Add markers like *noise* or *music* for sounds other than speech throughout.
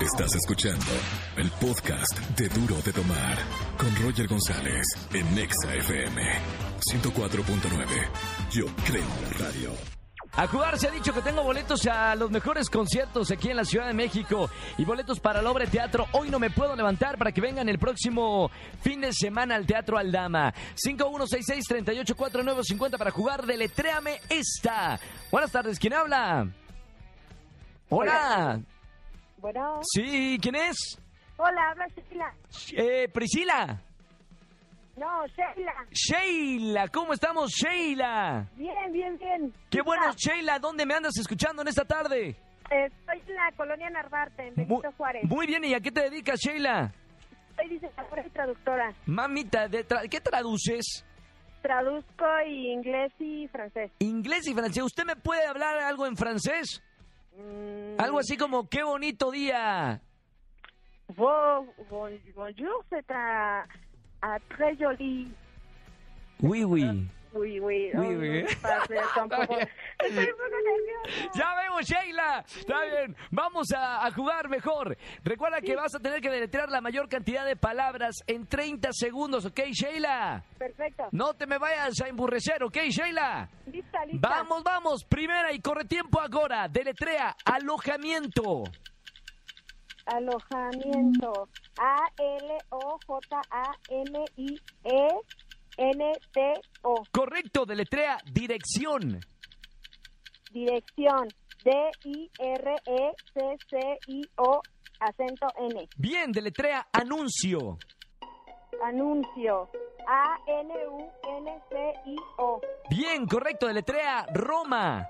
Estás escuchando el podcast de Duro de Tomar con Roger González en Nexa FM 104.9. Yo creo en la radio. A jugar se ha dicho que tengo boletos a los mejores conciertos aquí en la Ciudad de México y boletos para la obra de teatro. Hoy no me puedo levantar para que vengan el próximo fin de semana al Teatro Aldama. 5166-384950 para jugar. Deletréame esta. Buenas tardes, ¿quién habla? Hola. Bueno, Sí, ¿quién es? hola, habla Sheila. Eh, Priscila. No, Sheila. Sheila, ¿cómo estamos, Sheila? Bien, bien, bien. Qué bueno, Ah, Sheila, ¿dónde me andas escuchando en esta tarde? Estoy en la colonia Narvarte, en Mu- Benito Juárez. Muy bien, ¿y a qué te dedicas, Sheila? Soy diseñadora y traductora. Mamita, de tra- ¿qué traduces? Traduzco y inglés y francés. Inglés y francés. ¿Usted me puede hablar algo en francés? Mm, Algo así como, qué bonito día. Bon, bon- bonjour, c'est un, un très joli. Oui, oui. Oui, oui. Oui, oh, oui. no se pase, tampoco. *laughs* Está Estoy un poco nerviosa. Ya vemos, Sheila. Está bien. Vamos a, a jugar mejor. Recuerda que vas a tener que deletrear la mayor cantidad de palabras en 30 segundos, ¿ok, Sheila? Perfecto. No te me vayas a emburrecer, ¿ok, Sheila? Lista, lista. Vamos, vamos, primera y corre tiempo ahora. Deletrea, alojamiento. Alojamiento. E A-L-O-J-A-M-I-E-N-T-O. Correcto, deletrea, dirección. Dirección E D-I-R-E-C-C-I-O, acento N. Bien, deletrea, anuncio. Anuncio A-N-U-N-C-I-O. Bien, correcto, deletrea, Roma.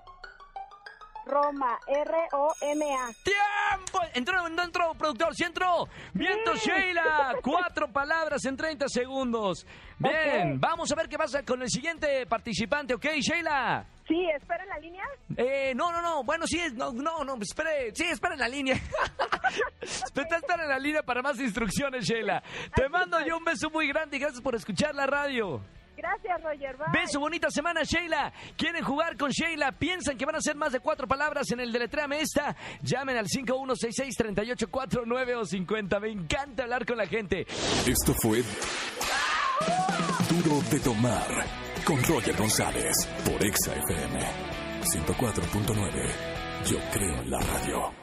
Roma, R-O-M-A. ¡Tiempo! Entró, no entró, productor, sí entró. Viento, Sheila. Cuatro palabras en 30 segundos. Bien, Ok. vamos a ver qué pasa con el siguiente participante, ¿ok, Sheila? Sí, espera en la línea. Eh, no, no, no. Bueno, sí, es- no, no, no, espere. Sí, espera en la línea. *laughs* Espera, espera en la línea para más instrucciones, Sheila. Te mando yo un beso muy grande y gracias por escuchar la radio. Gracias, Roger. Bye. Beso, bonita semana, Sheila. ¿Quieren jugar con Sheila? ¿Piensan que van a ser más de cuatro palabras en el deletréame esta? Llamen al 5166-3849 o 50. Me encanta hablar con la gente. Esto fue Duro de Tomar con Roger González por Exa FM 104.9. Yo creo en la radio.